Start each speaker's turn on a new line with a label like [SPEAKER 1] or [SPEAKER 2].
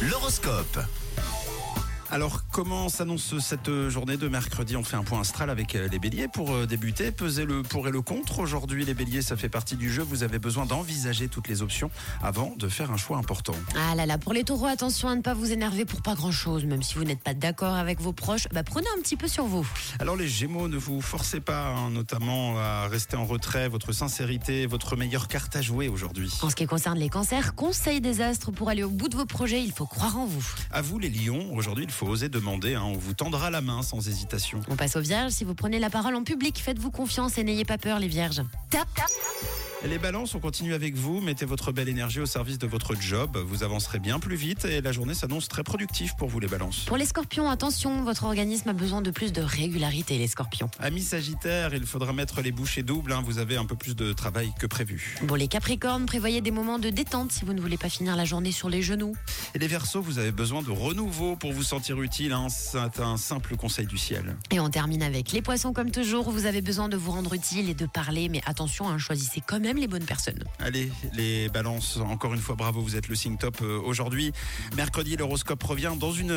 [SPEAKER 1] l'horoscope.
[SPEAKER 2] Alors, comment s'annonce cette journée de mercredi On fait un point astral avec euh, les béliers pour euh, débuter. Pesez le pour et le contre. Aujourd'hui, les béliers, ça fait partie du jeu. Vous avez besoin d'envisager toutes les options avant de faire un choix important.
[SPEAKER 3] Ah là là, pour les taureaux, attention à ne pas vous énerver pour pas grand-chose, même si vous n'êtes pas d'accord avec vos proches, bah prenez un petit peu sur vous.
[SPEAKER 2] Alors, les gémeaux, ne vous forcez pas, hein, notamment à rester en retrait. Votre sincérité est votre meilleure carte à jouer aujourd'hui.
[SPEAKER 3] En ce qui concerne les cancers, conseil des astres pour aller au bout de vos projets, il faut croire en vous.
[SPEAKER 2] À vous, les lions, aujourd'hui, il faut oser demander. hein. On vous tendra la main sans hésitation.
[SPEAKER 3] On passe aux vierges, si vous prenez la parole en public, faites-vous confiance et n'ayez pas peur les vierges. Tap, tap.
[SPEAKER 2] Les balances, on continue avec vous. Mettez votre belle énergie au service de votre job. Vous avancerez bien plus vite et la journée s'annonce très productive pour vous, les balances.
[SPEAKER 3] Pour les scorpions, attention, votre organisme a besoin de plus de régularité les scorpions.
[SPEAKER 2] Amis Sagittaire, il faudra mettre les bouchées doubles. hein. Vous avez un peu plus de travail que prévu.
[SPEAKER 3] Bon les capricornes, prévoyez des moments de détente si vous ne voulez pas finir la journée sur les genoux.
[SPEAKER 2] Et les Verseaux, vous avez besoin de renouveau pour vous sentir utile. hein. C'est un simple conseil du ciel.
[SPEAKER 3] Et on termine avec les poissons comme toujours, vous avez besoin de vous rendre utile et de parler, mais attention, hein, choisissez quand même les bonnes personnes.
[SPEAKER 2] Allez, les balances, encore une fois, bravo, vous êtes le signe top euh, aujourd'hui. Mercredi, l'horoscope revient dans une heure.